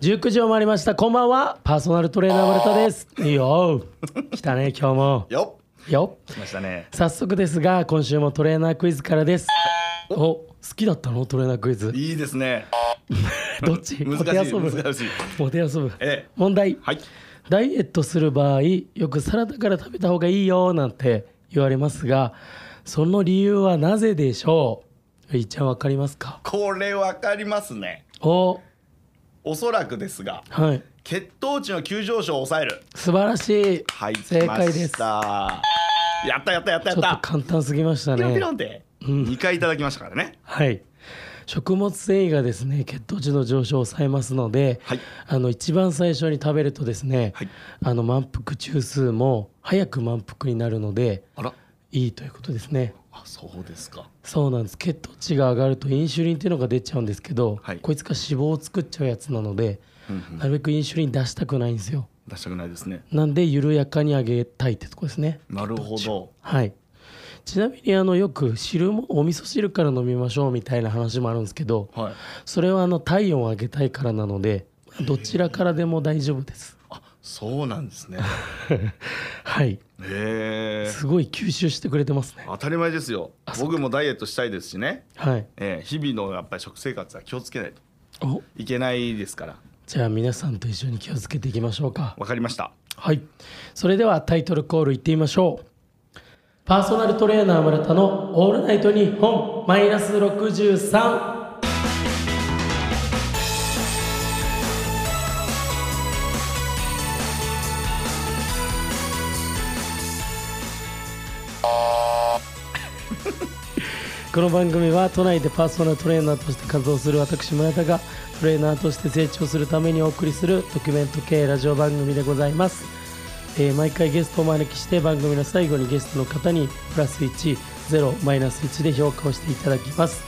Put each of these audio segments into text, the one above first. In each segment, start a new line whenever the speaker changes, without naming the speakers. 19時を回りましたこんばんはパーソナルトレーナー村田ですいいよ来たね今日も
よ
よ
っ来ましたね
早速ですが今週もトレーナークイズからですお好きだったのトレーナークイズ
いいですね
どっち
難
も
しい
て遊ぶ
難しい
もて遊ぶ
ええ
問題
はい
ダイエットする場合よくサラダから食べた方がいいよなんて言われますがその理由はなぜでしょういっちゃんわかりますか
これわかりますね
お
おそらくですが
はい
血糖値の急上昇を抑える
素晴らしい、
はい
正解で
来ますし
ちょ
たやったやったやったや
っと
った
簡単すぎました
ピロンピ
ね
ロンって2回いただきましたからね
はい食物繊維がですね血糖値の上昇を抑えますので、
はい
あの一番最初に食べるとですね、
はい
あの満腹中枢も早く満腹になるので
あら
いいということですね
あそうですか
そうなんです血糖値が上がるとインシュリンっていうのが出ちゃうんですけど、
はい
こいつが脂肪を作っちゃうやつなので、
うんうん
なるべくインシュリン出したくないんですよ
出したくないですね
なんで緩やかに上げたいってとこですね
なるほど
はいちなみにあのよく汁もお味噌汁から飲みましょうみたいな話もあるんですけど
はい
それはあの体温を上げたいからなのでどちらからでも大丈夫です
あそうなんですね
はい
へえ
すごい吸収してくれてますね
当たり前ですよ
あそ
僕もダイエットしたいですしね、
はい
えー日々のやっぱり食生活は気をつけないと
お
いけないですから
じゃあ皆さんと一緒に気をつけていきましょうか
わかりました
はいそれではタイトルコールいってみましょうパーソナルトレーナー村田の「オールナイトニッポンマイナス63」この番組は都内でパーソナルトレーナーとして活動する私村田がトレーナーとして成長するためにお送りするドキュメント系ラジオ番組でございます、えー毎回ゲストをお招きして番組の最後にゲストの方にプラス10マイナス1で評価をしていただきます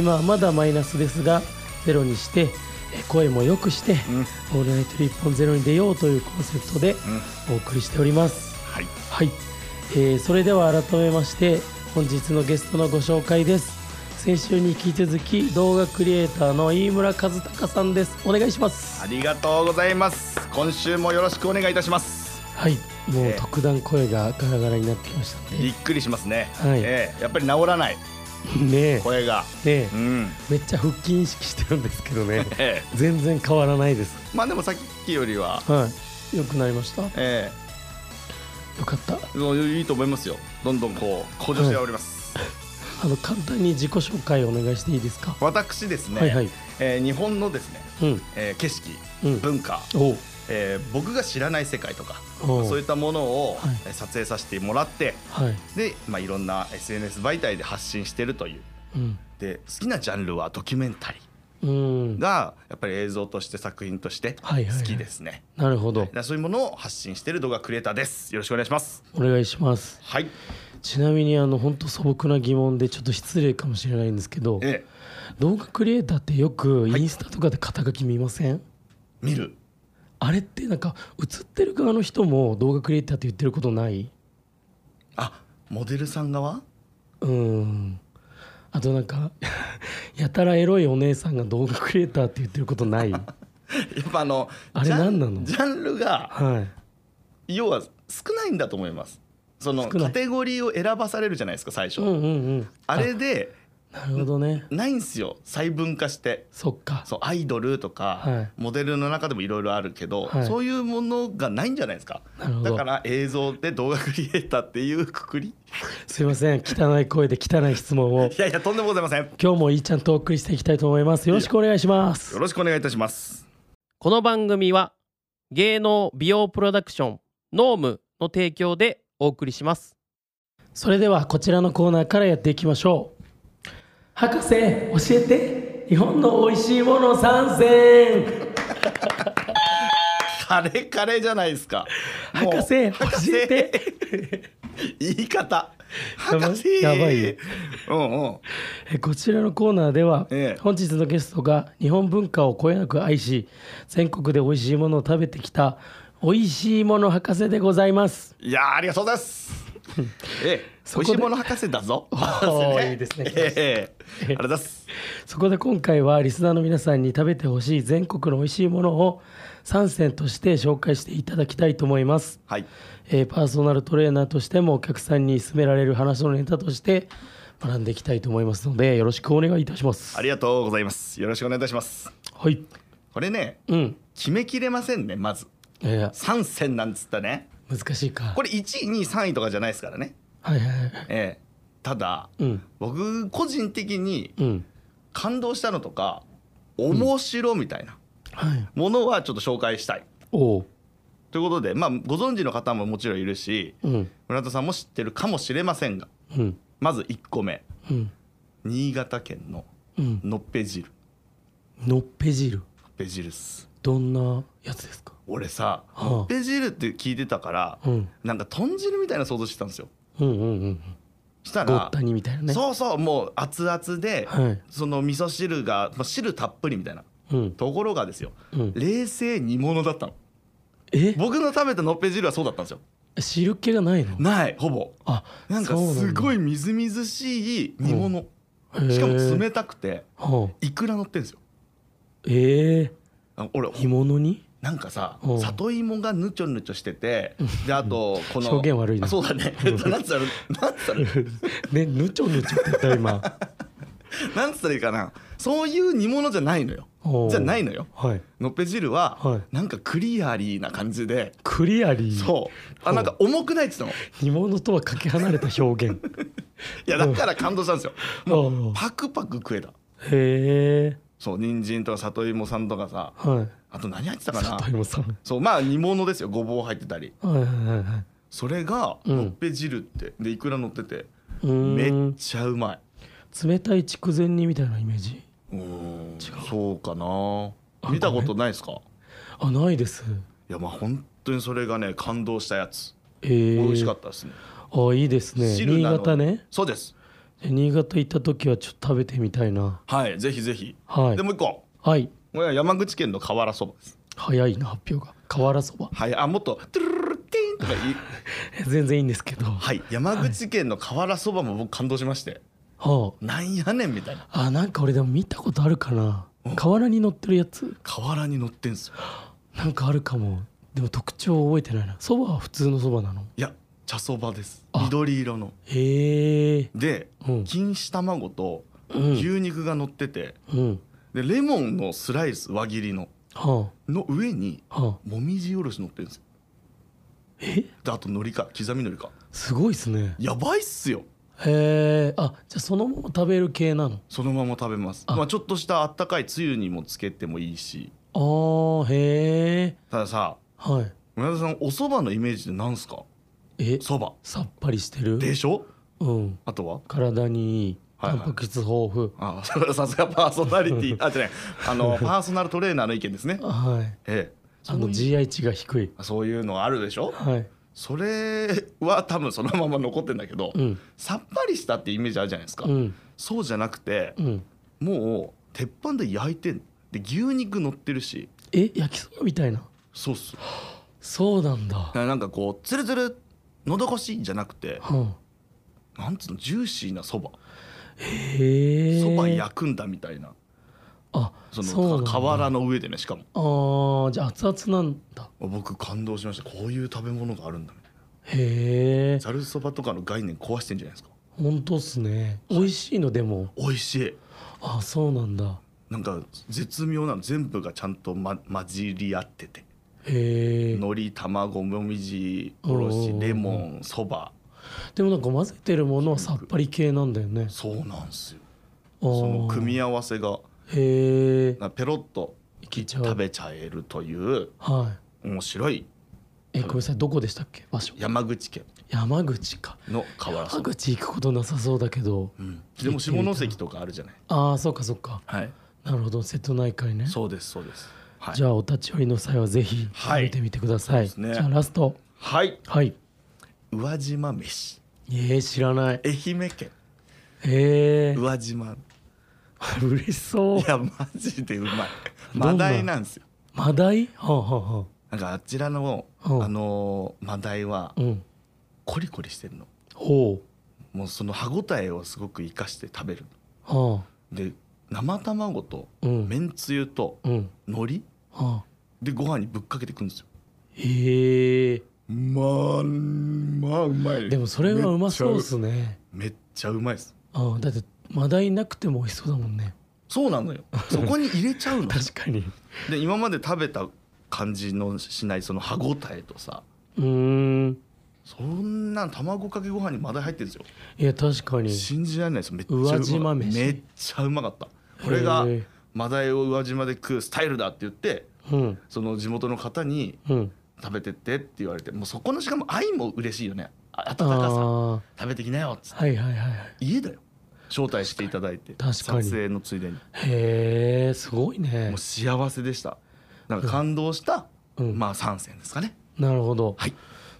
今はまだマイナスですがゼロにしてえー声も良くして、オールナイト日本ゼロに出ようというコンセプトでお送りしております、
はい
はい、えーそれでは改めまして本日のゲストのご紹介です先週に引き続き動画クリエイターの飯村和孝さんですお願いします
ありがとうございます今週もよろしくお願いいたします
はいもう
えー
特段声がガラガラになってきました
び
ね
っくりしますね、
はい
えーやっぱり治らない
ねえね
声が
え
うん
めっちゃ腹筋意識してるんですけど ね
え
全然変わらないです
ーまあでもさっきよりは
はい良くなりましたよ
え
かった
ーそういいと思いますよどんどんこう向上しております、
あの簡単に自己紹介お願いしていいですか
私ですね、
はいはい
えー日本のですね、
うん
えー景色、
うん
文化、
おう
えー僕が知らない世界とか
おう
そういったものを
はい
えー撮影させてもらって、
はい
で、まあ、いろんな SNS 媒体で発信してるという
うん
で好きなジャンルはドキュメンタリ
うん
ーがやっぱり映像として作品として好
はいはいはい
きですね、
なるほど
だからそういうものを発信してる動画クリエイターですよろしくお願いします
お願いします
はい
ちなみにあの本当素朴な疑問でちょっと失礼かもしれないんですけど
ええ
動画クリエイターってよく
い
インスタとかで肩書き見ません、
見る
あれってなんか映ってる側の人も動画クリエイターって言ってることない
あモデルさん側
うーんあとなんか やたらエロいお姉さんが動画クリエイターって言ってることないは
やっぱあの
あれ
ジャン
何なの
ジャンルが
い
要は少ないんだと思いますその
少ない
カテゴリーを選ばされるじゃないですか最初、
うんうんうん
あれで
なるほどね
ないんすよ細分化して
そっか
そうアイドルとか、
はい
モデルの中でもいろいろあるけど、
はい
そういうものがないんじゃないですか
なるほど
だから映像で動画クリエイターっていうく くりい
すいません汚い声で汚い質 問を
やいやとんでもございませんよ
今日もいいちゃんとお送りしていきたいと思いますよろしくお願いします
ろしくお願いいたします
この番組は芸能美容プロダクションノームの提供でお送りします
それではこちらのコーナーからやっていきましょう博士教えて日本の美味しいもの参戦
カレカレじゃないですかもう
博士教えて
言い方
やばい
博士
やばいよ
うんうん
えこちらのコーナーでは、
ええ
本日のゲストが日本文化をこよなく愛し全国で美味しいものを食べてきた美味しいもの博士でございます
いやーありがとうございますええ、
そ
美
こで
味しいもの博士 だぞ。
おーいいですね
ええありがとうございます。
そこで今回はリスナーの皆さんに食べてほしい全国の美味しいものを3選として紹介していただきたいと思います、
はい。
えーパーソナルトレーナーとしてもお客さんに勧められる話のネタとして学んでいきたいと思いますのでよろしくお願いいたします
ありがとうございます。よろしくお願いいたします。
はい
これね、
うん
決めきれませんね、まず。
いやいや
三選なんつったね。
難しいか
これ1位、2位、3位とかじゃないですからね。
はいはいはい
ええ、ただ、
うん
僕個人的に
うん
感動したのとか、面白みたいな
はい
ものはちょっと紹介したい。
おう
ということで、まあ、ご存知の方ももちろんいるし、
うん
村田さんも知ってるかもしれませんが、
うん
まず1個目、
うん
新潟県の
うん
のっぺ汁。
のっぺ汁
のっぺ汁っす。
どんなやつですか
俺さ、
あ
のっぺ汁って聞いてたから、
うん
なんか豚汁みたいな想像してたんですよ。
うんうんうん
した
ご
ら
っ、たにみたいなね
そうそう、もう熱々で、
はい
その味噌汁が、まあ、汁たっぷりみたいな。
うん
ところがですよ、
うん
冷製煮物だったの。
え
僕の食べたのっぺ汁はそうだったんですよ。
汁気がないの
ない、ほぼ。
あ
なんかすごいみずみずしい煮物。しかも
い
冷たくて、
はあ
いくら乗ってんですよ。
ええ
あ俺
煮物に
なんかさ
うん
里芋がぬちょぬちょしててであとこの
表現悪いな
あそうだねえっとなんつったらなんつったら
ねぬちょぬちょって言った今
なんつったらいいかなそういう煮物じゃないのよ
おう
じゃないのよ
はい
のっぺ汁
は
はいなんかクリアリーな感じで
クリアリー
そうあなんか重くないっつったのい
煮物とはかけ離れた表 現
やだから感動したんですよ
お
も
う
うパクパク食えた
へえ
そう人参とか里芋さんとかさ
はい
あと何入ってたかな
里芋さん
そうまあ煮物ですよごぼう入ってたり
はいはいはいはい
それが
うん
のっぺ汁ってでいくら乗ってて
うー
めっ
ん
ちゃうまい
冷たい筑前煮みたいなイメージ
うーんそうかな
あ
見たことないですか
あないです
いやまあ本当にそれがね感動したやつ
え
美
ー、
味しかったですね、
あいいですね
汁
新
なの
潟ね
そうです
新潟行った時はちょっと食べてみたいな
はいぜひぜひ、
はい
でもう一個
はい
これは山口県の瓦そばです
早いな発表が瓦そば
はいあもっとトゥルルルティンとかいい
え全然いいんですけどは
はい山口県の瓦そばも僕感動しまして
あ
なんやねんみたいな
あなんか俺でも見たことあるかな瓦に乗ってるやつ
瓦に乗ってんすよ
なんかあるかもでも特徴覚えてないなそばは普通のそばなの
いや茶そばです
あ
緑色の
へえ
で、
うん
錦糸卵と
うん
牛肉が乗ってて、
うん
でレモンのスライス輪切りの
は
の上に
あはあ
もみじおろし乗ってるんですよ
え
であと海苔か刻み海苔か
すごいっすね
やばいっすよ
へえあじゃあそのまま食べる系なの
そのまま食べます
あ
まあ、ちょっとしたあったかいつゆにもつけてもいいし
あーへえ
たださ
はい
村田さんお蕎麦のイメージって何すか
え
蕎麦
さっぱりしてる
でしょ
うん
あとは
体にいい
はい
タ
はい
ンパク質豊富
ああさすがパーソナリティあじゃない あのパーソナルトレーナーの意見ですね
はい
ええ
あの
そういう
GI 値が低い
そういうのあるでしょ
はい
それは多分そのまま残ってんだけど、
うん
さっぱりしたってイメージあるじゃないですか、
うん
そうじゃなくて
うん
もう鉄板で焼いてんで牛肉乗ってるし
え焼きそばみたいな
そうっすだか
そうなんだ
らなんかこうツルツルのど越しじゃなくて
うん
なんつうのジューシーなそば
へえ
そば焼くんだみたいな
あ
そ
そうな
の
んだ
瓦の上でねしかも
あーじゃあ熱々なんだ
僕感動しましたこういう食べ物があるんだみたいな
へえ
ざるそばとかの概念壊してんじゃないですか
本当っすね美味しいのでも
美味しい
あそうなんだ
なんか絶妙なの全部がちゃんと、ま、混じり合ってて
へえ
海苔卵もみじおろしレモンそば
でもなんか混ぜてるものはさっぱり系なんだよね
そうなんですよ
そ
その組み合わせが
へえ
なペロッと
いけちゃう
食べちゃえるという
は
面白い
いえごめんなさいどこでしたっけ場所
山口県
山口か
の瓦そ
山
ば、
口行くことなさそうだけど
うん、でも下関とかあるじゃない
ああそうかそうか
はい
なるほど瀬戸内海ね
そうですそうですはい
じゃあお立ち寄りの際はぜひ食
はい
べてみてください、
そうですね
じゃあラスト
はい
はい
宇和島飯
えー、知らない
愛媛県
え
宇和島
ー、嬉しそう
いやマジでうまい
どんな
マダイなんですよ
マダイはあ、はあは
なんかあちらの
うん
あのーマダイは
あ、うん
コリコリしてるの
ほ
もうその歯ごたえをすごく生かして食べる
うは
で生卵と
あうん
めんつゆと
うん
海苔
はあ
でご飯にぶっかけてくんですよ
へえ
まあまあうまい
でもそれはうまそうっすね
めっちゃうまいです
あだってマダイなくても美味しそうだもんね
そうなのよそこに入れちゃ うの
確かに
で今まで食べた感じのしないその歯ごたえとさ
うーん
そんなん卵かけご飯にまだ入ってるんですよ
いや確かに
信じられないですめっちゃう
宇
ま
和島飯
めっちゃうまかったこれが
へえ
マダイを宇和島で食うスタイルだって言って
うん
その地元の方に
うん
食べてってって言われてもうそこのしかも愛も嬉しいよねあ温
あ
かさ
あ
食べてきなよっつって
はいはいはいはい
家だよ招待していただいて
確かに確かに
撮影のついでに
へえすごいね
もう幸せでしたなんか感動した、
うん
まあ3選ですかね
なるほど
はい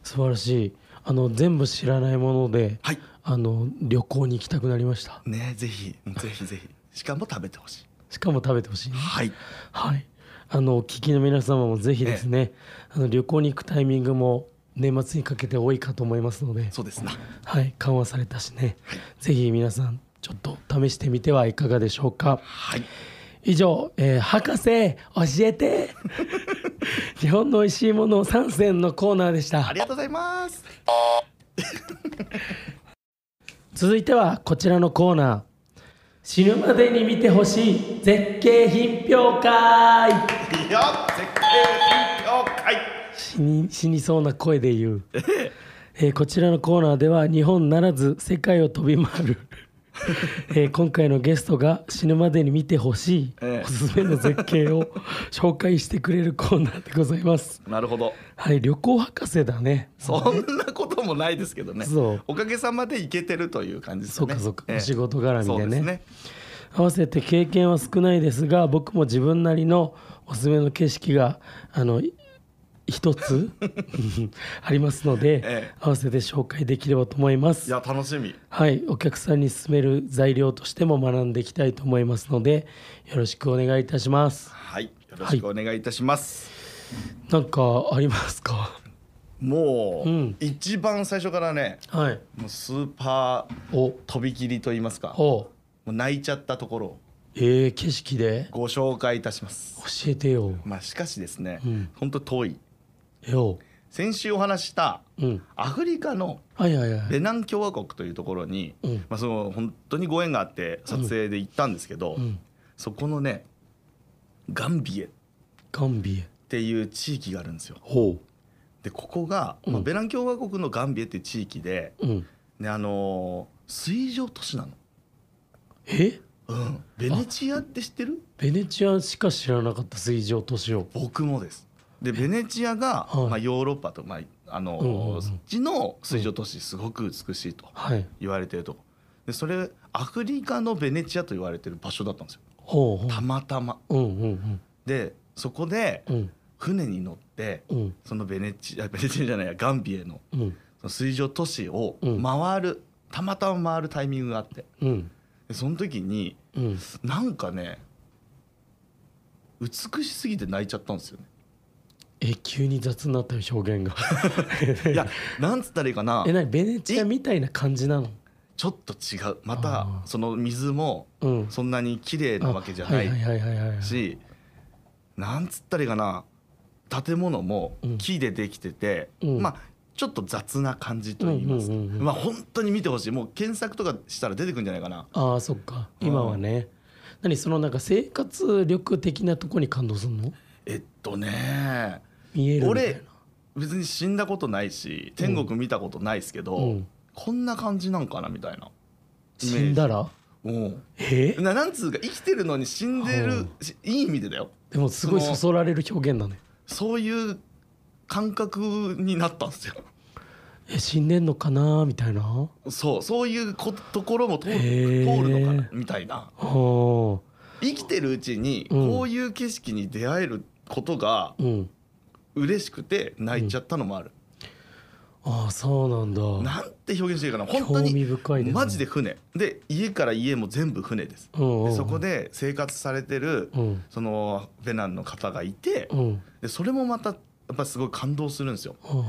素晴らしいあの全部知らないもので
はい
あの旅行に行きたくなりました
ねぜひぜひぜひしかも食べてほしい
しかも食べてほしいね
はい
はいあのお聞きの皆様もぜひですね、あの旅行に行くタイミングも年末にかけて多いかと思いますので
そうですな
はい緩和されたしね、ぜひ皆さんちょっと試してみてはいかがでしょうか
はい
以上、えー博士教えて日本の美味しいものを3選のコーナーでした
ありがとうございます
続いてはこちらのコーナー死ぬまでに見てほしい絶景品評会
いや絶景品評会
死に死にそうな声で言う、えーこちらのコーナーでは日本ならず世界を飛び回る、えー今回のゲストが死ぬまでに見てほしい
ええ
おすすめの絶景を紹介してくれるコーナーでございます
なるほど
はい旅行博士だね
そんなこともないですけどね
そう
おかげさまでいけてるという感じです
そう
ね
かそうか、
ええ
お仕事絡み
そう
で
です
ね
ね
合わせて経験は少ないですが僕も自分なりのおすすめの景色があのい一つ ありますので、
ええ
合わせて紹介できればと思いま
い
す
や楽しみ
はいお客さんに勧める材料としても学んでいきたいと思いますのでよろしくお願いいたします
はいよろしくお願いいたします、
なんかありますか
もう、
うん
一番最初からね
はい
もうスーパー
お
飛び切りと言いますかも
お
う泣いちゃったところを
えー、景色で
ご紹介いたします
教えてよ
まあしかしですね、
うん
ほんと遠い
よ
先週お話しした
うん
アフリカの
はいはいはい
ベナン共和国というところに、
うん
まあ、その本当にご縁があって撮影で行ったんですけど、
うん
そこのねガンビエっ
ガンビエ
ていう地域があるんですよ。
ほ
でここが、まあベナン共和国のガンビエっていう地域で、
ううん
ねあのー水上都市なの。
え
うん、ベネチアって知ってる
ベネチアしか知らなかった水上都市を
僕もですでベネチアが、
はい
まあ、ヨーロッパと、まああの
うんうんうん
そっちの水上都市すごく美しいと
はい
言われてるとこでそれアフリカのベネチアと言われてる場所だったんですよ
ほうほ
たまたま
ううんうん
でそこで
うんうん
船に乗って
うん
そのベネチアベ ネチアじゃないやガンビエの
うん
その水上都市を
うん
回る、たまたま回るタイミングがあって
うん
でその時に
うん
なんかね美しすぎて泣いちゃったんですよね
え急に雑になったよ表 現が
いやなんつったらいいかな
えなにベネチアみたいな感じなの
ちょっと違うま
あ
た
ー
その水も
うん
そんなに綺麗なわけじゃな
はい
い
はいはいはいはい
しなんつったらいいかな建物も
うん
木でできてて、
うん
まあちょっと雑な感じと言いますか、
うんうんうんうん
まあ本当に見てほしいもう検索とかしたら出てくるんじゃないかな
ああそっか今はね何そのなんか生活力的なとこに感動するの
えっとね
見えるみたい
俺別に死んだことないし天国見たことないですけど、
うん
こんな感じなんかなみたいな
死んだら
うん
え
ななんつうか生きてるのに死んでる、
うん
しいい意味でだよ
でもすごい
その
そそられる表現だね
そういう感覚になったん ですよ
え死んでんのかなみたいな
そうそういうこところも通る
へ
通
ー
るのかなみたいな
は
生きてるうちに
うん
こういう景色に出会えることが
あうん
嬉しくて泣いちゃったのもある、
ああそうなんだ
なんて表現していいかな本当
興味
に
深いですね
マジで船で家から家も全部船です
うんうん
でそこで生活されてる
うん
そのベナンの方がいて
うん
でそれもまたやっぱすごい感動するんですよ
うんうんう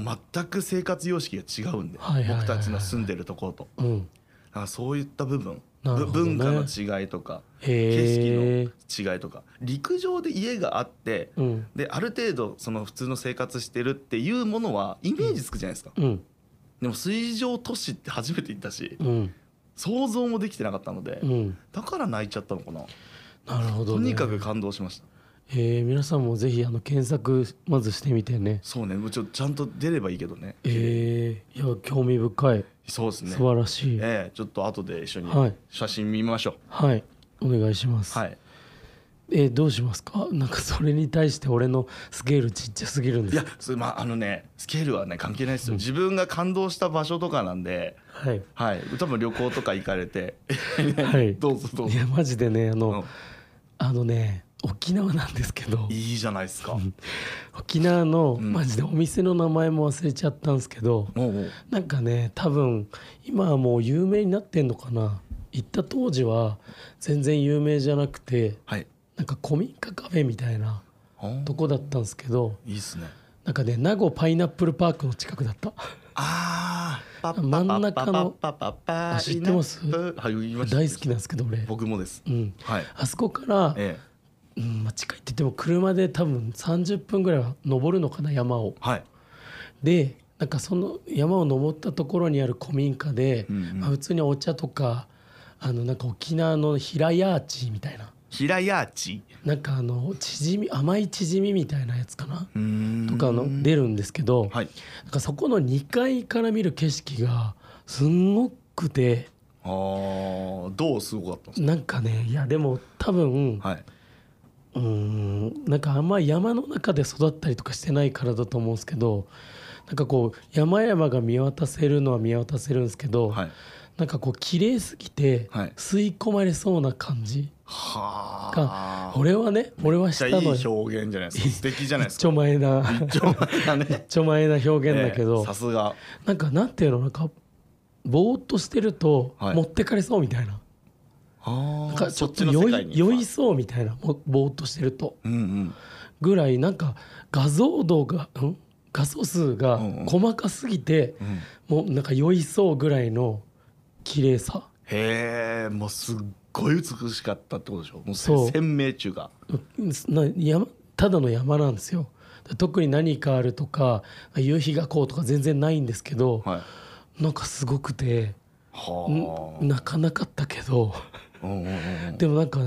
ん
もう全く生活様式が違うんで、
はいはいはいはい
僕たちの住んでるところと
うん
だからそういった部分、
なるほどね
文化の違いとか
へえ
景色の違いとか陸上で家があって
うん
である程度その普通の生活してるっていうものはイメージつくじゃないですか、
うん
でも水上都市って初めて行ったし
うん
想像もできてなかったので、
うん
だから泣いちゃったのかな、
なるほど、
と
ね、
にかく感動しました
えー、皆さんもぜひあの検索まずしてみてね
そうねもうちょっとちゃんと出ればいいけどね
えー、いや興味深い
そうですね
素晴らしい、
ええちょっと後で一緒に
はい
写真見ましょう
はいお願いします、
はい
えーどうしますかなんかそれに対して俺のスケールちっちゃすぎるん
い
です
やそれまああのねスケールはね関係ないですよ自分が感動した場所とかなんで
はい
はい多分旅行とか行かれて
はい
どうぞどう
い
ぞ
やマジでねあの、
うん
あのね沖縄なんですけど
いいじゃないですか
沖縄の、
ん
マジでお店の名前も忘れちゃったんですけど
もうもう
なんかね多分今はもう有名になってんのかな行った当時は全然有名じゃなくて
はい
なんか古民家カフェみたいな
あー
とこだったんですけど
いいっすね
なんかね名護パイナップルパークの近くだった
ああパ
真ん中の
パパパ
あ知ってます
はい言いました
大好きなんですけど俺、
僕もです
うん、
はい
あそこから、
ええ
うんまあ、近いって言っても車で多分30分ぐらいは登るのかな山を
はい
でなんかその山を登ったところにある古民家で、
うんうん
まあ、普通にお茶とかあのなんか沖縄の平屋地みたいな
平屋地
なんかあの縮み甘い縮みみたいなやつかな
うーん
とかの出るんですけど、
はい
なんかそこの2階から見る景色がすんごくて
あーどうすごかったんです
なんかねいやでも多分、
かはい、
うーんなんかあんま山の中で育ったりとかしてないからだと思うんですけどなんかこう山々が見渡せるのは見渡せるんですけど、
はい、
なんかこう綺麗すぎて
はい
吸い込まれそうな感じ
は
が
あ
俺はね俺は
めっ
し
ちゃ
た
い
の
い
よ
表現じゃないですか素敵じゃないで
一
すか
丁前な
一丁前だね
一丁前な 表現だけ
え
ど
えさすが
なんかなんていうのなんかぼーっとしてると
はい
持ってかれそうみたいな,、
あ
なん
あ
かちょっと酔い酔いそうみたいなもぼーっとしてると
うんうん
ぐらいなんか画像度が、ん、画素数が
うんうん
細かすぎて、
うん
もうなんか酔いそうぐらいの綺麗さ
へえもうすっごい美しかったってことでしょもう
そう
鮮明中が
うんな山ただの山なんですよ特に何かあるとか夕日がこうとか全然ないんですけど、
はい
なんかすごくて
はあ
なかなかったけど
うんうんうんうん
でもなんか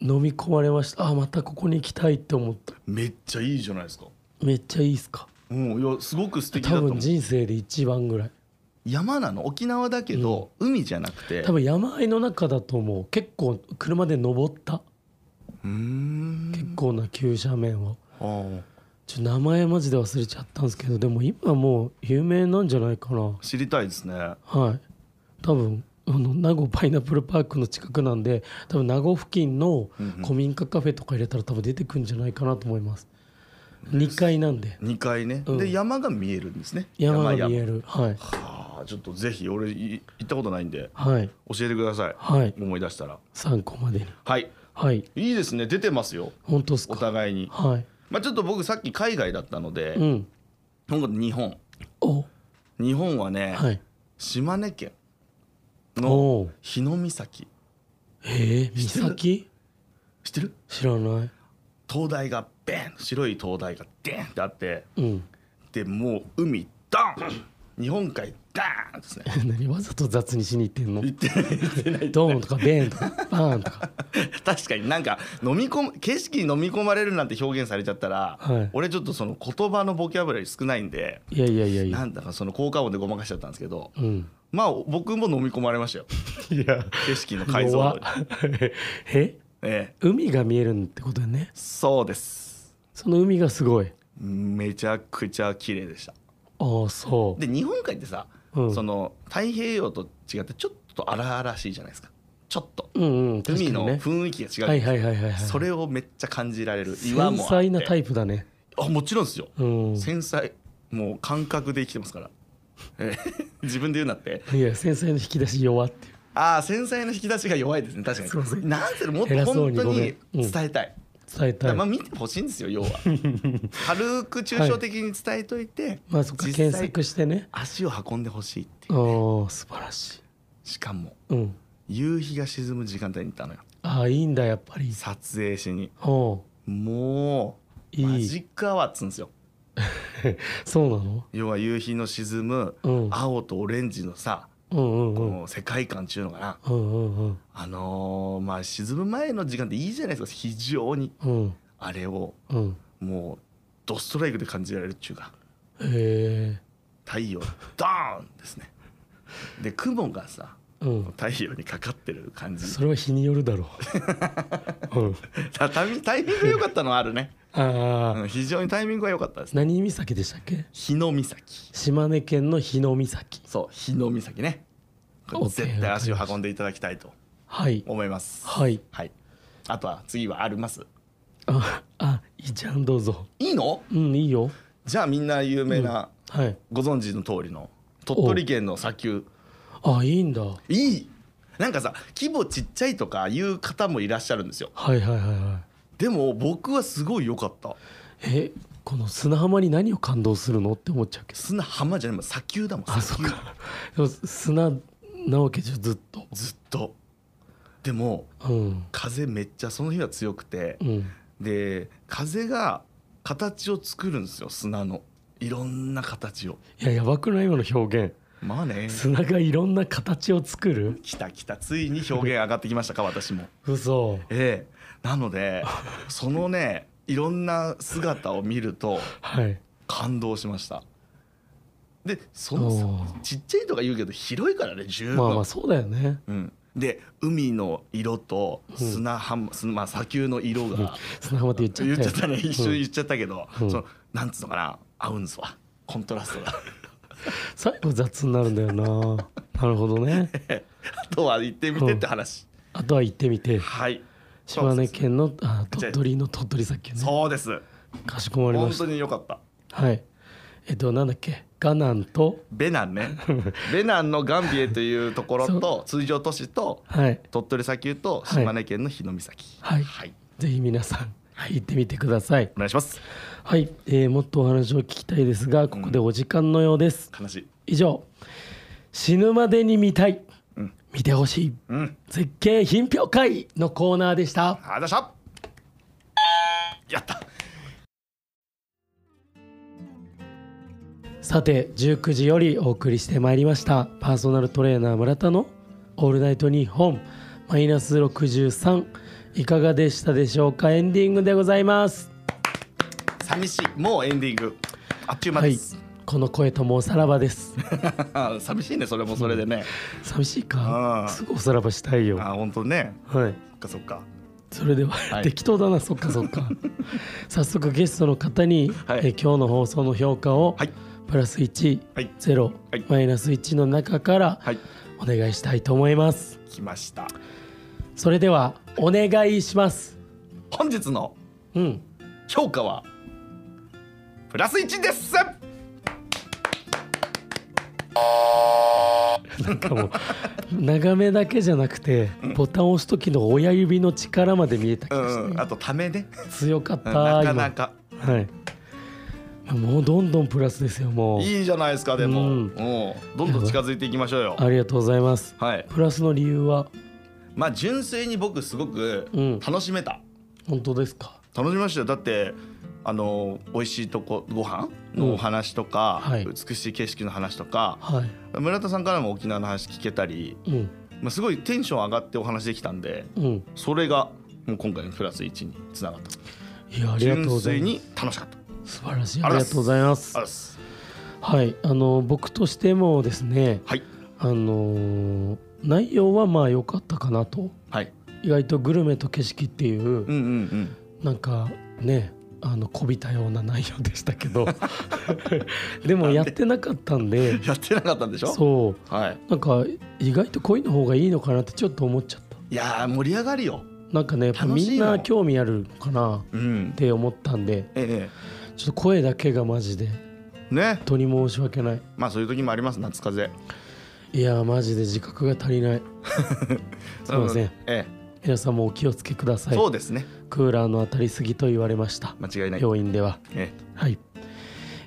飲み込まれましたあまたここに行きたいって思った
めっちゃいいじゃないですか
めっちゃいいっすか
うんいやすごく素敵だ
多
と思う
分人生で一番ぐらい
山なの沖縄だけど、海じゃなくて
多分山あいの中だと思う結構車で登った
うーん
結構な急斜面を
はあ
ちょ名前マジで忘れちゃったんですけどでも今もう有名なんじゃないかな
知りたいですね
はい多分あの名護パイナップルパークの近くなんで多分名護付近の古民家カフェとか入れたら多分出てくるんじゃないかなと思います2階なんで
2階ね、
うん
で山が見えるんですね
山が見
る
えるはい
はあちょっとぜひ俺い行ったことないんで
はい
教えてください、
はい
思い出したら
参考までに
はい
はい
いいですね出てますよ
本当っす
お
か
互いに、
はい
まあ、ちょっと僕さっき海外だったので、
うん
今度日本
お
日本はね、
はい
島根県の
おう
日野岬
えー、
知ってる
岬
知ってる
知らない
灯台がベン白い灯台がデンってあって
うん
でもう海ドン日本海ダーンですね
何わざと雑にしに行ってんの
言ってない言ってない
ドーンとかベーンとかバーンとか
確かになんか飲み込む景色に飲み込まれるなんて表現されちゃったら、
はい
俺ちょっとその言葉のボキャブラリー少ないんで
いやいやいやい
な
や
んだかその効果音でごまかしちゃったんですけど
うん
まあ僕も飲み込まれましたよ
いや
景色の解像
弱
度
っ
に、
え
ええ、
海が見えるってことだよね
そうです
その海がすごい
めちゃくちゃ綺麗でした
ああそう
で日本海ってさ、
うん
その太平洋と違ってちょっと荒々しいじゃないですかちょっと
うんうん確か
海
に
の
ね
雰囲気が違う、
はいはいはいはいはい
それをめっちゃ感じられる
繊
岩もあっ
細なタ
て
イプだね
あもちろんですよ、
うんい
繊細もう感覚で生きてますからえ ー自分で言うなって
や繊細の引き出し弱っていう
ああ繊細の引き出しが弱いですね確
すいま
か
せん
になんていうのもっと
偉そう
本
に
当
ごめん
に伝えたい、
伝えたい
まあ
ま
見てほしいんです よ要は軽く抽象的に伝えといて、
あそっか
実際
検索してね
足を運んでほしいっていう
おー素晴らしい
しかも
うん
夕日が沈む時間帯に行ったのよ
ああいいんだやっぱり
撮影しに
おー
もうマ
いい
ジックアワーっつうんですよ
そうなの
要は夕日の沈む
うん
青とオレンジのさ
うんうん
こ
うん
の世界観っちゅうのかな
うんうんうん
あのーまあ沈む前の時間っていいじゃないですか非常に
うん
あれを
うん
もうドストライクで感じられるっちゅうか
へ
太陽ドーンですねで雲がさ
えうん
太陽にかかってる感じ
それは日によるだろ ううん
たタイミタイミング良かったのはあるね、
ああ、
うん非常にタイミングが良かったですね
何岬でしたっけ
日の岬
島根県の日野岬
そう日の岬ねこれ
OK
絶対足を運んでいただきたいと
はい
思います
はい
はいあとは次はあります
ああいいじゃんどうぞ
いいの
うんいいよ
じゃあみんな有名な、
はい
ご存知の通りの鳥取県の砂丘
あいいんだ
いいなんかさ規模ちっちゃいとかいう方もいらっしゃるんですよ
はいはいはいはい
でも僕はすごい良かった
えこの砂浜に何を感動するのって思っちゃうけど
砂浜じゃないもん砂丘だもん
あ
砂
そ
丘
っかでも砂なわけじゃんずっと
ずっとでも
うん
風めっちゃその日は強くて
うん
で風が形を作るんですよ砂のいろんな形を
いややばくない今の表現
まあね
砂がいろんな形を作る
きたきたついに表現上がってきましたか私も
嘘
ええなのでそのねいろんな姿を見ると
はい
感動しましたでそのさ
おー
ちっちゃいとか言うけど広いからね十分、
まあまあそうだよね
うん、で海の色と砂浜、砂まあ、砂丘の色が
砂浜って言っちゃ
言
っ
ったちゃ
よ
ったね一
う
瞬
ん
言っちゃったけど、
うん
そのなんつうのかな合うんすわコントラストが
最後雑になるんだ よななるほどね
あとは行ってみてって話、
あとは行ってみて
はい
島根
そうで
県のあ鳥取の鳥取砂丘ね
すそうです
かしこまりま
本
し
当に良かった
たはいえっとなんだっけガナンと
ベナンね ベナンのガンビエというところ
そ
と通常都市と
はい
鳥取砂丘と島根県の日の岬
はい
はい、
ぜひ皆さん行ってみてください
お願いします
はい、えーもっとお話を聞きたいですがここでお時間のようです、
悲しい
以上死ぬまでに見たい、
うん
見てほしい
うん
絶景品評会のコーナーでした
ありがとうございましたやった
さて19時よりお送りしてまいりましたパーソナルトレーナー村田の「オールナイトニッポン」マイナス63いかがでしたでしょうかエンディングでございます
寂しいもうエンディングあっという間
は
で
い
す、
この声ともおさらばです
寂しいねそれもそれでね、
寂しいか
あー
すぐおさらばしたいよ
あ本当ね
はい
そっかそっか
それでは、
い
適当だなそっかそっ か早速ゲストの方に、
はい
えー今日の放送の評価を、
はい
プラス1、
はい
0、
はい
マイナス1の中から
はい
お願いしたいと思います
来ました
それではお願いします
本日の
うん
評価はプラス1です
なんかもう眺めだけじゃなくてボタンを押す時の親指の力まで見えた気
う
がして、
ん、あとためね
強かった
なかなか
今はいもうどんどんプラスですよもう
いいじゃないですかでも、
う
うんん、どんどん近づいていきましょうよ
ありがとうございます
はい
プラスの理由は
まあ純粋に僕すごく
うん
楽しめた、
本当ですか
楽しみましたよだってあの美味しいとこご飯のお話とか、
うんはい
美しい景色の話とか
は
村田さんからも沖縄の話聞けたり、
いうん
まあ、すごいテンション上がってお話できたんで
うん
それがもう今回のプラス1につながった
いやありがとうご
純
ざい
粋
ます
に楽しかった
素晴らしいあ
あ
りが
りが
と
と
う
う
ご
ご
ざいます
あらす
はいあの僕としてもですね
はい
あのー内容はまあ良かったかなと
はい
意外とグルメと景色っていう、
うんうんうん
なんかねあのこびたような内容でしたけ どでもやってなかったんで
やってなかったんでしょ
そう
はい
なんか意外と恋の方がいいのかなってちょっと思っちゃった
いやー盛り上がりよ
なんかねやっぱ
楽しい
みん
の
な興味あるのかな
う
っ
ん
て思ったんで
え
ちょっと声だけがマジで
えね
本当に申し訳ない
まあそういう時もあります夏風邪
いやーマジで自覚が足りないすいません
うえ
皆さんもお気をつけください
そうですね
クーラーの当たりすぎと言われました
間違いない、
病院では
え
はい、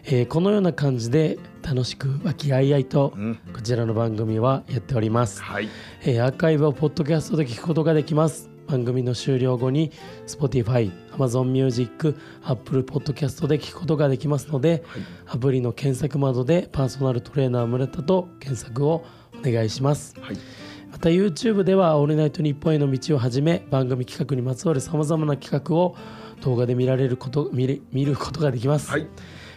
えーこのような感じで楽しく和気あいあいと
えうん、
こちらの番組はやっております、
はい
えーアーカイブをポッドキャストで聞くことができます番組の終了後に Spotify、Amazon Music、Apple Podcast で聞くことができますので、
はい
アプリの検索窓でパーソナルトレーナー村田と検索をお願いします
はい
また YouTube では「オールナイトニッポンへの道」をはじめ番組企画にまつわるさまざまな企画を動画で見られること見れ見ることができます、
はい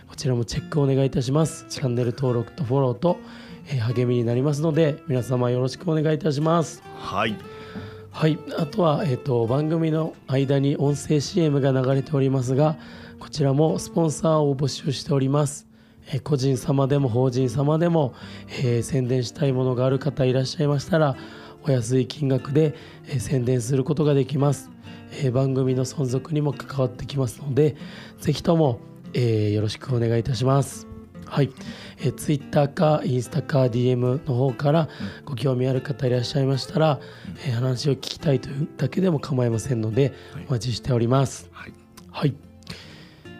こちらもチェックお願いいたしますチャンネル登録とフォローと、えー励みになりますので皆様よろしくお願いいたします
はい
はいあとは、えー、と番組の間に音声 CM が流れておりますがこちらもスポンサーを募集しておりますえー個人様でも法人様でも、えー宣伝したいものがある方いらっしゃいましたらお安い金額で、えー宣伝することができます、えー番組の存続にも関わってきますのでぜひとも、えーよろしくお願いいたしますはい、えー、Twitter かインスタか DM の方からご興味ある方いらっしゃいましたら、えー話を聞きたいというだけでも構いませんので
はい
お待ちしております
はい
はい、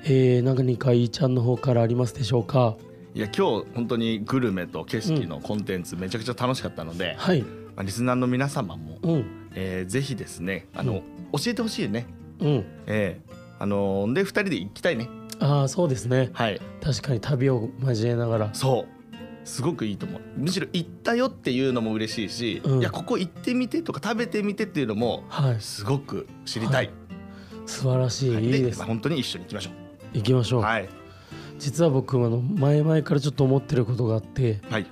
えー、何かいいちゃんの方からありますでしょうか
いや今日本当にグルメと景色のコンテンツめちゃくちゃ楽しかったので、
はい
まあリスナーの皆様も、
うん
えーぜひですねあの、
う
教えてほしいね
うん
ええあのーで二人で行きたいね
ああそうですね
はい
確かに旅を交えながら
そうすごくいいと思うむしろ行ったよっていうのも嬉しいし、
うん
いやここ行ってみてとか食べてみてっていうのも
はい
すごく知りたい、
素晴らしい、、
はい
いです
まあ本当に一緒に行きましょう
行きましょう、
はい
実は僕あの前々からちょっと思ってることがあって
はい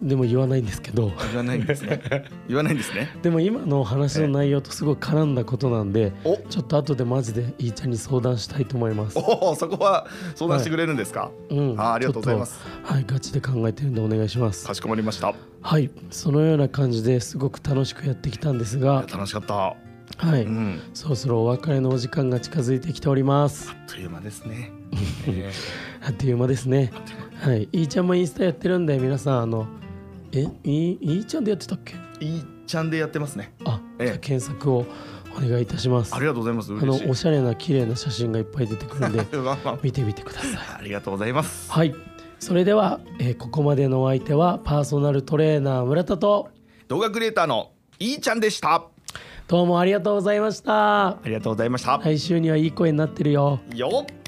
でも言わないんですけど
言わないんで すね言わないんですね
でも今のお話の内容とすごい絡んだことなんで
お
ちょっと後でマジでいいちゃんに相談したいと思います
おーそこは相談してくれるんですか、
うん
あーありがとうございま
ち
す
ょっとはいガチで考えてるんでお願いします
かしこまりましたい
はいそのような感じですごく楽しくやってきたんですが
や楽しかった
はい、
うん
そろそろお別れのお時間が近づいてきております
あっという間です ね、え
あっという間ですね
ーあっという
はい、いいちゃんもインスタやってるんで皆さんあのえいいいいちゃんでやってたっけ
間いいちゃんでやってますね
あ、
ええ
じゃあ検索をお願いいたします
ありがとうございます
あの
嬉しい
おしゃれな綺麗な写真がいっぱい出てく るんで
まあま
見てみてください
あありがとうございます
はいそれでは、えーここまでのお相手はパーソナルトレーナー村田と
動画クリエイターのいいちゃんでした
どうもありがとうございました
ありがとうございました、
来週にはいい声になってるよ
よっ